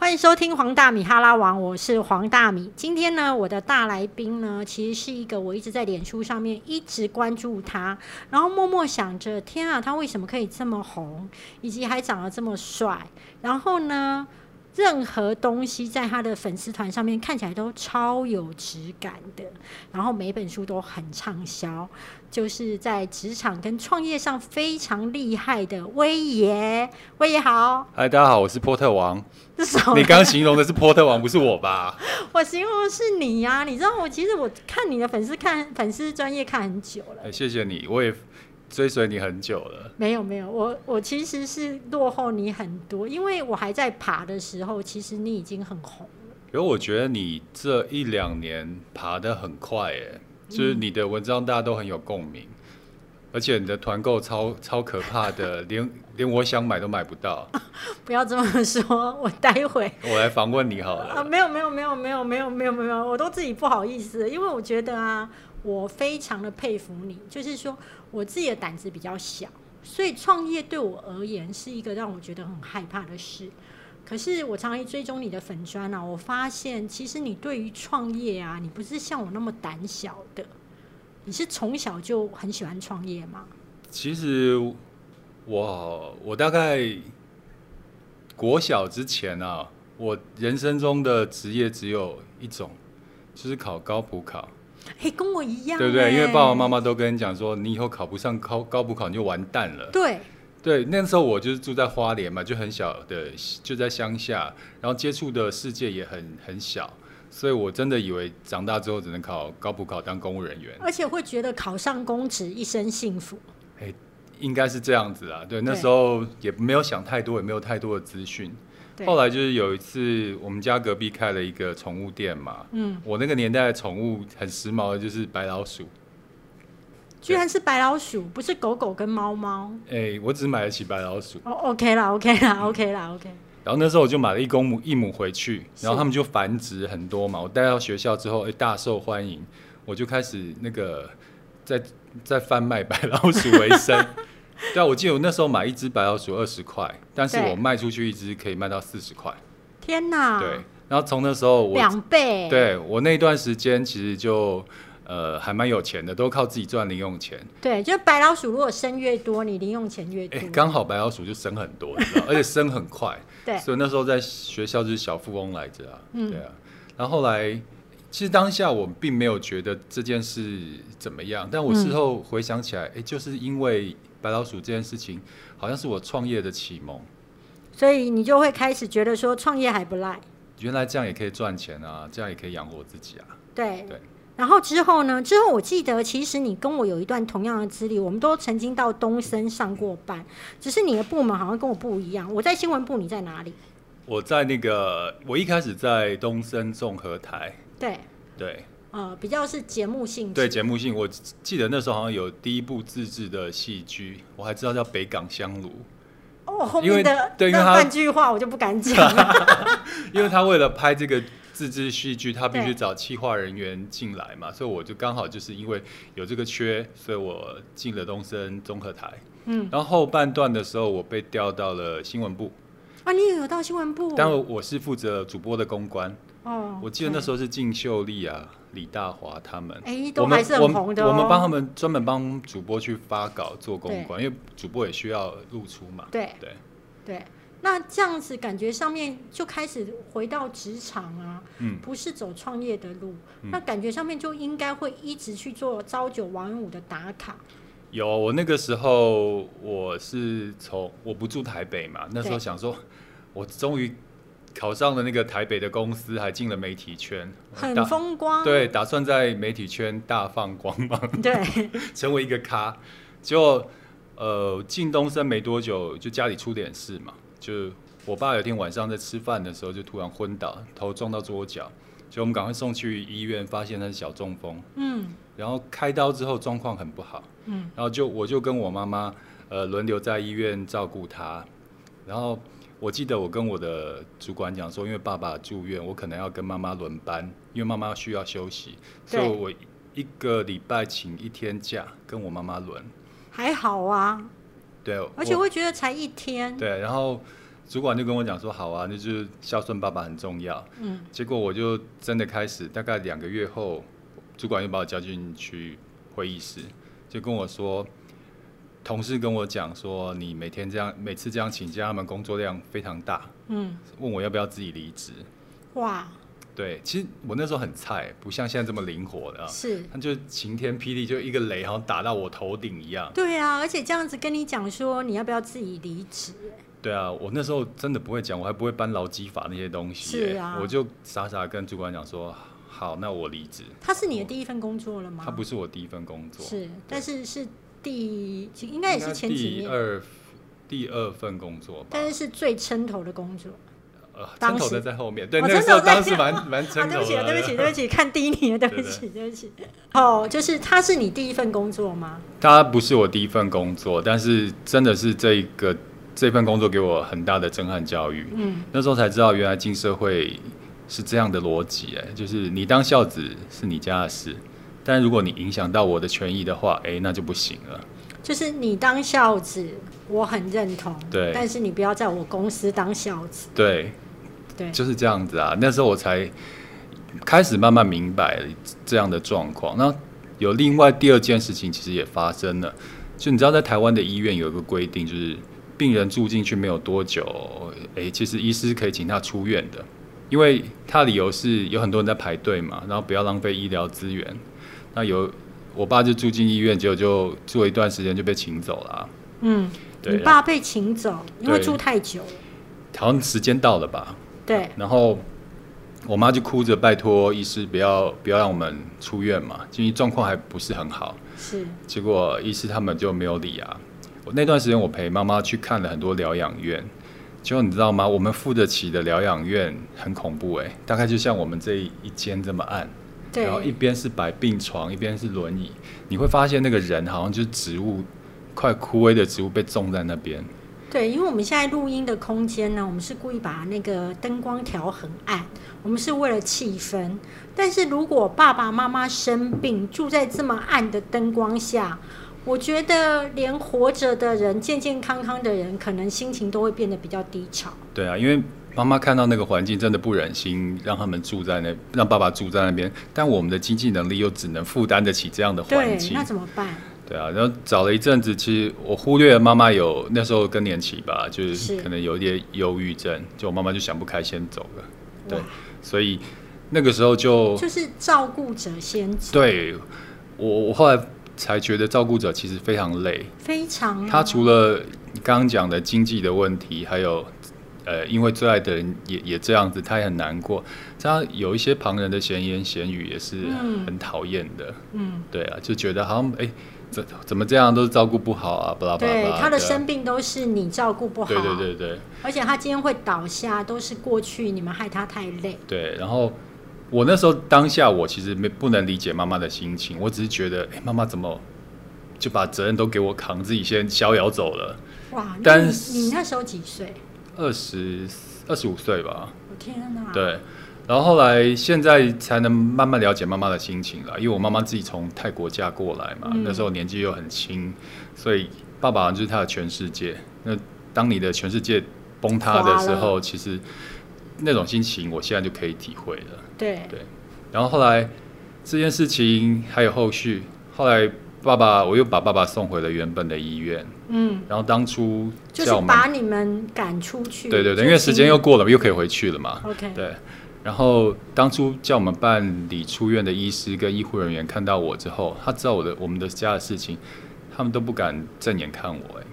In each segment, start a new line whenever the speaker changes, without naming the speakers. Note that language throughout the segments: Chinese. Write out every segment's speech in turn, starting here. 欢迎收听黄大米哈拉王，我是黄大米。今天呢，我的大来宾呢，其实是一个我一直在脸书上面一直关注他，然后默默想着，天啊，他为什么可以这么红，以及还长得这么帅？然后呢，任何东西在他的粉丝团上面看起来都超有质感的，然后每本书都很畅销，就是在职场跟创业上非常厉害的威爷。威爷好，
嗨，大家好，我是波特王。
这首
你刚形容的是波特王，不是我吧？
我形容的是你呀、你知道我其实我看你的粉丝看粉丝专业看很久了
哎、，谢谢你，我也追随你很久了。
没有没有，我我其实是落后你很多，因为我还在爬的时候，其实你已经很红了。
可我觉得你这一两年爬得很快、哎，就是你的文章大家都很有共鸣，而且你的团购超超可怕的，连连我想买都买不到。
不要这么说，我待会
我来访问你好
啊，
了。
没有没有没有没有没有没有没有，我都自己不好意思，因为我觉得啊，我非常的佩服你，就是说我自己的胆子比较小，所以创业对我而言是一个让我觉得很害怕的事。可是我常常追踪你的粉砖啊，我发现其实你对于创业啊，你不是像我那么胆小的，你是从小就很喜欢创业吗？
其实我我大概国小之前啊，我人生中的职业只有一种，就是考高普考。
嘿，跟我一样、欸
对不对？因为爸爸妈
妈
妈都跟你讲说，你以后考不上高高补考你就完蛋了。
对，
对，那时候我就是住在花莲嘛，就很小的，就在乡下，然后接触的世界也很很小，所以我真的以为长大之后只能考高补考当公务人员，
而且会觉得考上公职一生幸福。
应该是这样子啊。对，那
对
时候也没有想太多，也没有太多的资讯。
对，
后来就是有一次，我们家隔壁开了一个宠物店嘛，
嗯。
我那个年代的宠物很时髦的就是白老鼠，
居然是白老鼠，不是狗狗跟猫猫。
哎，我只买得起白老鼠。
哦、o k 啦，OK 啦，OK
嗯
啦，OK。
然后那时候我就买了一公母一母回去，
是
然后他们就繁殖很多嘛。我带到学校之后，哎，大受欢迎，我就开始那个在在贩卖白老鼠为 生。对啊，我记得我那时候买一只白老鼠二十块，但是
对
我卖出去一只可以卖到四十块。
天哪！
对，，然后从那时候我
两倍。，
对我那段时间其实就呃还蛮有钱的，都靠自己赚零用钱。
对，就是白老鼠，如果生越多，你零用钱越多
哎，。刚好白老鼠就生很多，你 知道，而且生很快。
对，
所以那时候在学校就是小富翁来着啊，
嗯
对啊。然后后来，其实当下我并没有觉得这件事怎么样，但我事
嗯
后回想起来，哎、就是因为白老鼠这件事情，好像是我创业的启蒙。
所以你就会开始觉得说创业还不赖。
原来这样也可以赚钱啊，这样也可以养活自己啊。
对。
对
然后之后呢？之后我记得，其实你跟我有一段同样的资历，我们都曾经到东森上过班，只是你的部门好像跟我不一样。我在新闻部，你在哪里？
我在那个，我一开始在东森综合台，
对，
对
呃，比较是节目性质。
对，节目性，我记得那时候好像有第一部自制的戏剧，我还知道叫《北港香炉》。
哦，后
因
面
为
的
对因为
那
他
半句话我就不敢讲了。
因为他为了拍这个自制戏剧，他必
对
须找企划人员进来嘛，所以我就刚好就是因为有这个缺，所以我进了东森综合台。
嗯，
然后后半段的时候，我被调到了新闻部，
啊，你也有到新闻部？
但我是负责主播的公关。
哦，
我记得那时候是靳秀丽啊、李大华他们。
哎、都
我们
还是
我
很
们
红的、哦
我们帮他。们专门帮主播去发稿做公关，因为主播也需要露出嘛。
对
对，
对，那这样子感觉上面就开始回到职场啊，
嗯
不是走创业的路，那感觉上面就应该会一直去做朝九晚五的打卡。
哦有，我那个时候我是从我不住台北嘛，那时候
对
想说，我终于考上了那个台北的公司，还进了媒体圈，
很啊
打
风光，
对，打算在媒体圈大放光芒，
对
成为一个咖。结果呃，进东森没多久，就家里出点事嘛，就我爸有一天晚上在吃饭的时候就突然昏倒，头撞到桌角，所以我们赶快送去医院，发现他是小中风，
嗯
然后开刀之后状况很不好。
嗯，
然后就我就跟我妈妈呃轮流在医院照顾她，然后我记得我跟我的主管讲说，因为爸爸住院，我可能要跟妈妈轮班，因为妈妈需要休息，所
对
以我一个礼拜请一天假跟我妈妈轮。
还好啊，
对，
而且
我
会觉得才一天，
对，然后主管就跟我讲说，好啊，那就是孝顺爸爸很重要。
嗯，
结果我就真的开始，大概两个月后，主管又把我叫进去会议室，就跟我说，同事跟我讲说，你每天这样，每次这样请假，他们工作量非常大，
嗯，
问我要不要自己离职。
哇，
对，其实我那时候很菜，不像现在这么灵活的、啊，
是，
他就晴天霹雳，就一个雷好像打到我头顶一样。
对啊，而且这样子跟你讲说你要不要自己离职，
对啊，我那时候真的不会讲，我还不会搬劳基法那些东西、
是啊
我就傻傻地跟主管讲说，好，那我离职。
它是
哦
你的第一份工作了吗？
它不是我第一份工作，
是，但是是第，其应该也是前几
应该第
年，
二第二份工作吧
但。是是最撑头的工作。啊
呃，
当
撑
时
头的在后面，对，
哦
那个
撑
时候
头在
当时蛮 蛮
啊，
撑
对
头
不起，对不
的。
起，对不起，看低你了，对不起，对不起。哦，就是它是你第一份工作吗？
它不是我第一份工作，但是真的是这个这份工作给我很大的震撼教育。
嗯，
那时候才知道，原来进社会是这样的逻辑，哎，就是你当孝子是你家的事，但如果你影响到我的权益的话，哎、那就不行了。
就是你当孝子，我很认同，
对
但是你不要在我公司当孝子，
对，
对，
就是这样子啊。那时候我才开始慢慢明白这样的状况。那有另外第二件事情，其实也发生了，就你知道，在台湾的医院有一个规定，就是病人住进去没有多久，诶、其实医师可以请他出院的，因为他理由是有很多人在排队嘛，然后不要浪费医疗资源。那有我爸就住进医院，结果就住了一段时间就被请走了啊、
嗯，
对啊
你爸被请走，因为
对
住太久了，
好像时间到了吧？
对，
然后我妈就哭着拜托医师不要不要让我们出院嘛，因为状况还不是很好。
是，
结果医师他们就没有理啊。我那段时间我陪妈妈去看了很多疗养院，结果你知道吗？我们付得起的疗养院很恐怖诶、大概就像我们这一间这么暗，然后一
对，
边是摆病床，一边是轮椅，你会发现那个人好像就是植物，快枯萎的植物被种在那边。
对，因为我们现在录音的空间呢，我们是故意把那个灯光调很暗，我们是为了气氛。但是如果爸爸妈妈生病，住在这么暗的灯光下，我觉得连活着的人、健健康康的人，可能心情都会变得比较低潮。
对啊，因为妈妈看到那个环境，真的不忍心让他们住在那，让爸爸住在那边。但我们的经济能力又只能负担得起这样的环
对，
境
那。怎么办？
对啊，然后找了一阵子，其实我忽略了妈妈有那时候更年期吧，就是是可能有一点忧郁症，就我妈妈就想不开，先走了。对
哇，
所以那个时候就
就是照顾者先走，
对我，我后来才觉得照顾者其实非常累，
非常
他除了你刚刚讲的经济的问题，还有呃，因为最爱的人也也这样子，他也很难过。这样有一些旁人的闲言闲语也是
嗯
很讨厌的，
嗯，
对啊，就觉得好像哎、怎怎么这样都是照顾不好啊，巴拉巴拉。
对他的
身
生病都是你照顾不好，
对对对对
而且他今天会倒下，都是过去你们害他太累。
对，然后。我那时候当下，我其实没不能理解妈妈的心情，我只是觉得，哎、妈妈怎么就把责任都给我扛，自己先逍遥走了？
哇，那
但
你
是
你那时候几岁？
二十二十五岁吧，
我天哪！，
对，然后后来现在才能慢慢了解妈妈的心情了，因为我妈妈自己从泰国嫁过来嘛，
嗯
那时候年纪又很轻，所以爸爸就是她的全世界。那当你的全世界崩塌的时
垮
候，其实那种心情我现在就可以体会了。
对，
对，然后后来这件事情还有后续，后来爸爸我又把爸爸送回了原本的医院，
嗯，
然后当初
就是
叫我们
把你们赶出去。
对对对，
就
因为时
请
间又过了，又可以回去了嘛。
OK，
对，然后当初叫我们办理出院的医师跟医护人员看到我之后，他知道我的我们的家的事情，他们都不敢正眼看我、哎，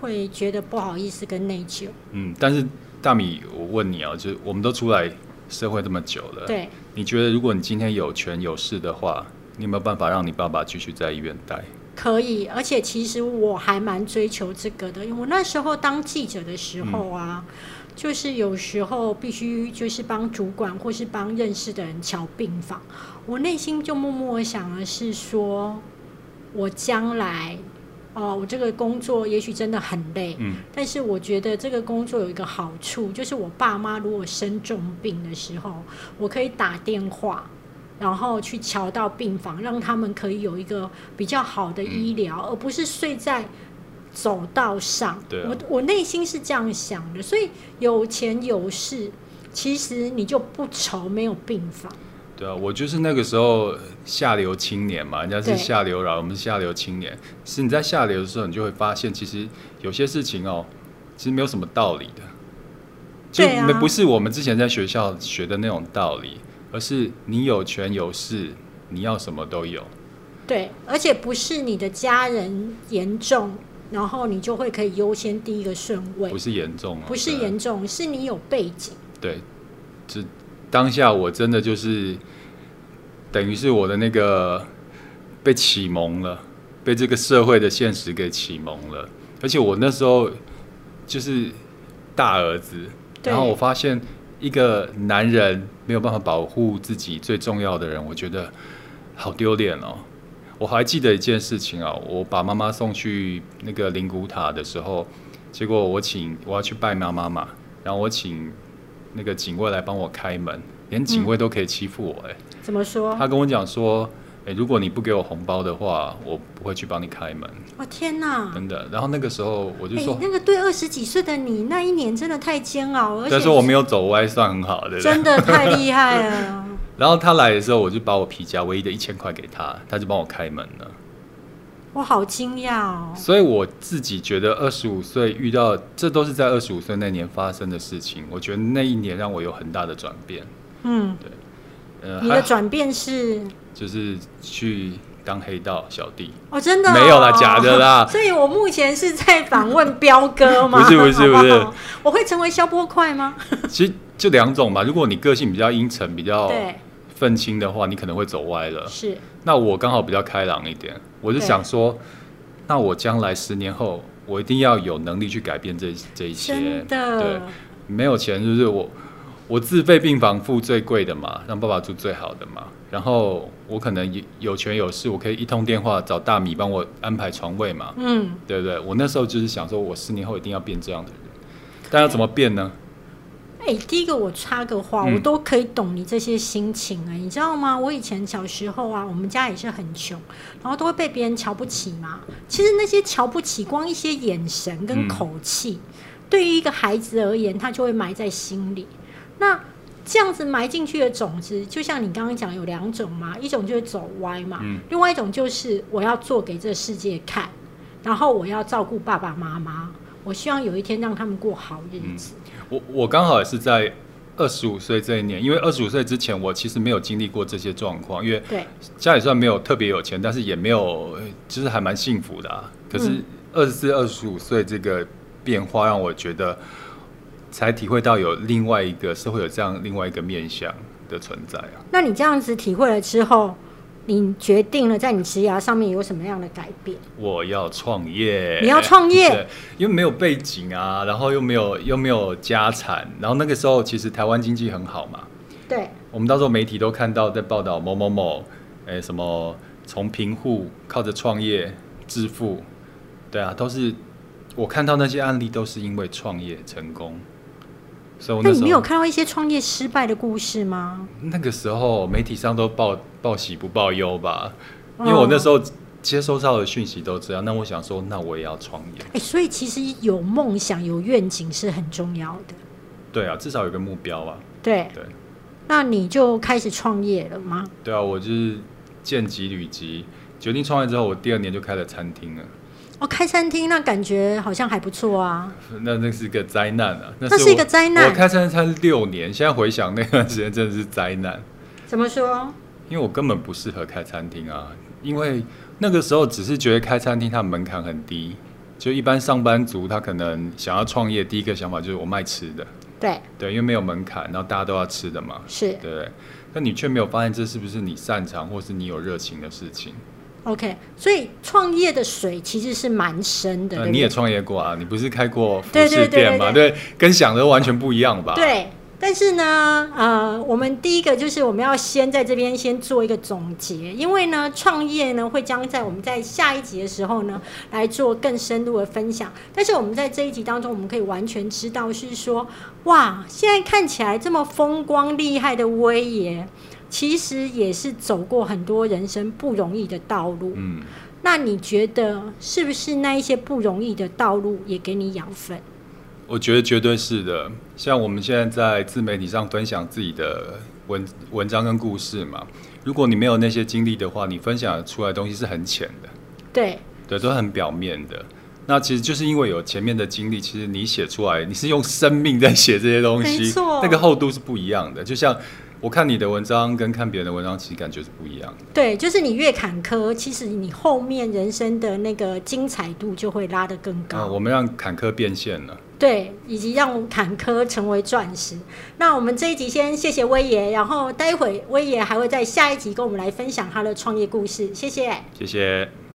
会觉得不好意思跟内疚。
嗯，但是大米，我问你啊，就是我们都出来社会这么久了，，
对，
你觉得如果你今天有权有势的话，你有没有办法让你爸爸继续在医院待？
可以。而且其实我还蛮追求这个的，因为我那时候当记者的时候啊，
嗯
就是有时候必须就是帮主管或是帮认识的人瞧病房，我内心就默默想的是说，我将来。哦，我这个工作也许真的很累，
嗯，
但是我觉得这个工作有一个好处，就是我爸妈如果生重病的时候，我可以打电话，然后去瞧到病房，让他们可以有一个比较好的医疗，而不是睡在走到上。
对啊
我我内心是这样想的，所以有钱有势，其实你就不愁没有病房。
对啊，我就是那个时候下流青年嘛，人家
对
是下流佬，我们是下流青年。是你在下流的时候，你就会发现，其实有些事情哦，其实没有什么道理的，就
对啊
没不是我们之前在学校学的那种道理，而是你有权有势，你要什么都有。
对，而且不是你的家人严重，然后你就会可以优先第一个顺位
不，是严重哦，
不是
对啊
严重，是你有背景。
对，这当下我真的就是等于是我的那个被启蒙了，被这个社会的现实给启蒙了。而且我那时候就是大儿子，
对
然后我发现一个男人没有办法保护自己最重要的人，我觉得好丢脸哦。我还记得一件事情啊，我把妈妈送去那个灵骨塔的时候，结果我请我要去拜妈妈嘛，然后我请那个警卫来帮我开门，连警卫都可以欺负我哎、
怎么说？
他跟我讲说，哎、如果你不给我红包的话，我不会去帮你开门，
哇天哪！
真的。然后那个时候我就
哎、
说，
那个对二十几岁的你，那一年真的太煎熬，而且
但是我没有走歪，算很好，对不对？
真的太厉害了。
然后他来的时候，我就把我皮夹唯一的一千块给他，他就帮我开门了。
我好惊讶哦！
所以我自己觉得，二十五岁遇到这都是在二十五岁那年发生的事情。我觉得那一年让我有很大的转变，
嗯，
呃，
你的
还
转变是
就是去当黑道小弟，
哦，真的哦、
没有啦假的啦
所以我目前是在访问彪哥吗？
不是不是
好 好
不是
我会成为消波块吗？
其实就两种嘛。如果你个性比较阴沉、比较
对，
愤青的话，你可能会走歪了。
是
那我刚好比较开朗一点，我就想说，那我将来十年后，我一定要有能力去改变这这一些。
真
对
的，，
没有钱就是我，我自费病房付最贵的嘛，让爸爸住最好的嘛。然后我可能有有权有势，我可以一通电话找大米帮我安排床位嘛，
嗯，
对不对？我那时候就是想说，我十年后一定要变这样的人，但要怎么变呢？
哎、第一个我插个话，
嗯
我都可以懂你这些心情哎、你知道吗？我以前小时候啊，我们家也是很穷，然后都会被别人瞧不起嘛。其实那些瞧不起，光一些眼神跟
嗯
口气，对于一个孩子而言，他就会埋在心里。那这样子埋进去的种子，就像你刚刚讲有两种嘛，一种就是走歪嘛，
嗯
另外一种就是我要做给这世界看，然后我要照顾爸爸妈妈，我希望有一天让他们过好日子。
我我刚好也是在二十五岁这一年，因为二十五岁之前我其实没有经历过这些状况，因为
对。
家里虽然没有特别有钱，但是也没有，呃就是还蛮幸福的、啊。可是
嗯
二十四、二十五岁这个变化，让我觉得才体会到有另外一个社会有这样另外一个面向的存在啊。
那你这样子体会了之后，你决定了在你职涯上面有什么样的改变？
我要创业，
你要创业
对，因为没有背景啊，然后又没有又没有家产，然后那个时候其实台湾经济很好嘛，
对，
我们到时候媒体都看到在报道某某某，诶、什么从贫户靠着创业致富，对啊，都是我看到那些案例都是因为创业成功，所以我
那
那
你
时
没有
候
看到一些创业失败的故事吗？
那个时候媒体上都报报喜不报忧吧，因
哦
为我那时候接收到的讯息都这样，那我想说，那我也要创业，
哎、所以其实有梦想、有愿景是很重要的。
对啊，至少有个目标啊，
对，
对。
那你就开始创业了吗？
对啊，我就是见及履及，决定创业之后，我第二年就开了餐厅了。
哦，开餐厅那感觉好像还不错啊。
那那是一个灾难啊！那
那是
我
一个灾难
我开餐餐六年，现在回想那段时间真的是灾难，
怎么说？
因为我根本不适合开餐厅啊。因为那个时候只是觉得开餐厅它门槛很低，就一般上班族他可能想要创业，第一个想法就是我卖吃的，
对，
对，因为没有门槛，然后大家都要吃的嘛，
是
对不对？但你却没有发现这是不是你擅长或是你有热情的事情。
OK。所以创业的水其实是蛮深的。
呃，
对不
你也
对
创业过啊？你不是开过服
对对
饰
对
店嘛？
对
对，跟想的完全不一样吧？
对，但是呢，呃，我们第一个就是我们要先在这边先做一个总结，因为呢，创业呢会将在我们在下一集的时候呢来做更深入的分享。但是我们在这一集当中，我们可以完全知道是说，哇，现在看起来这么风光厉害的威爷，其实也是走过很多人生不容易的道路。
嗯，
那那你觉得是不是那一些不容易的道路也给你养分？
我觉得绝对是的。像我们现在在自媒体上分享自己的文文章跟故事嘛，如果你没有那些经历的话，你分享出来的东西是很浅的，
对，
对，都很表面的。那其实就是因为有前面的经历，其实你写出来，你是用生命在写这些东
没
西，
错
那个厚度是不一样的。就像我看你的文章跟看别人的文章，其实感觉是不一样的。
对，就是你越坎坷，其实你后面人生的那个精彩度就会拉得更高。
啊，我们让坎坷变现了。
对，以及让坎坷成为钻石。那我们这一集先谢谢威爷，然后待会威爷还会在下一集跟我们来分享他的创业故事。谢谢。
谢谢。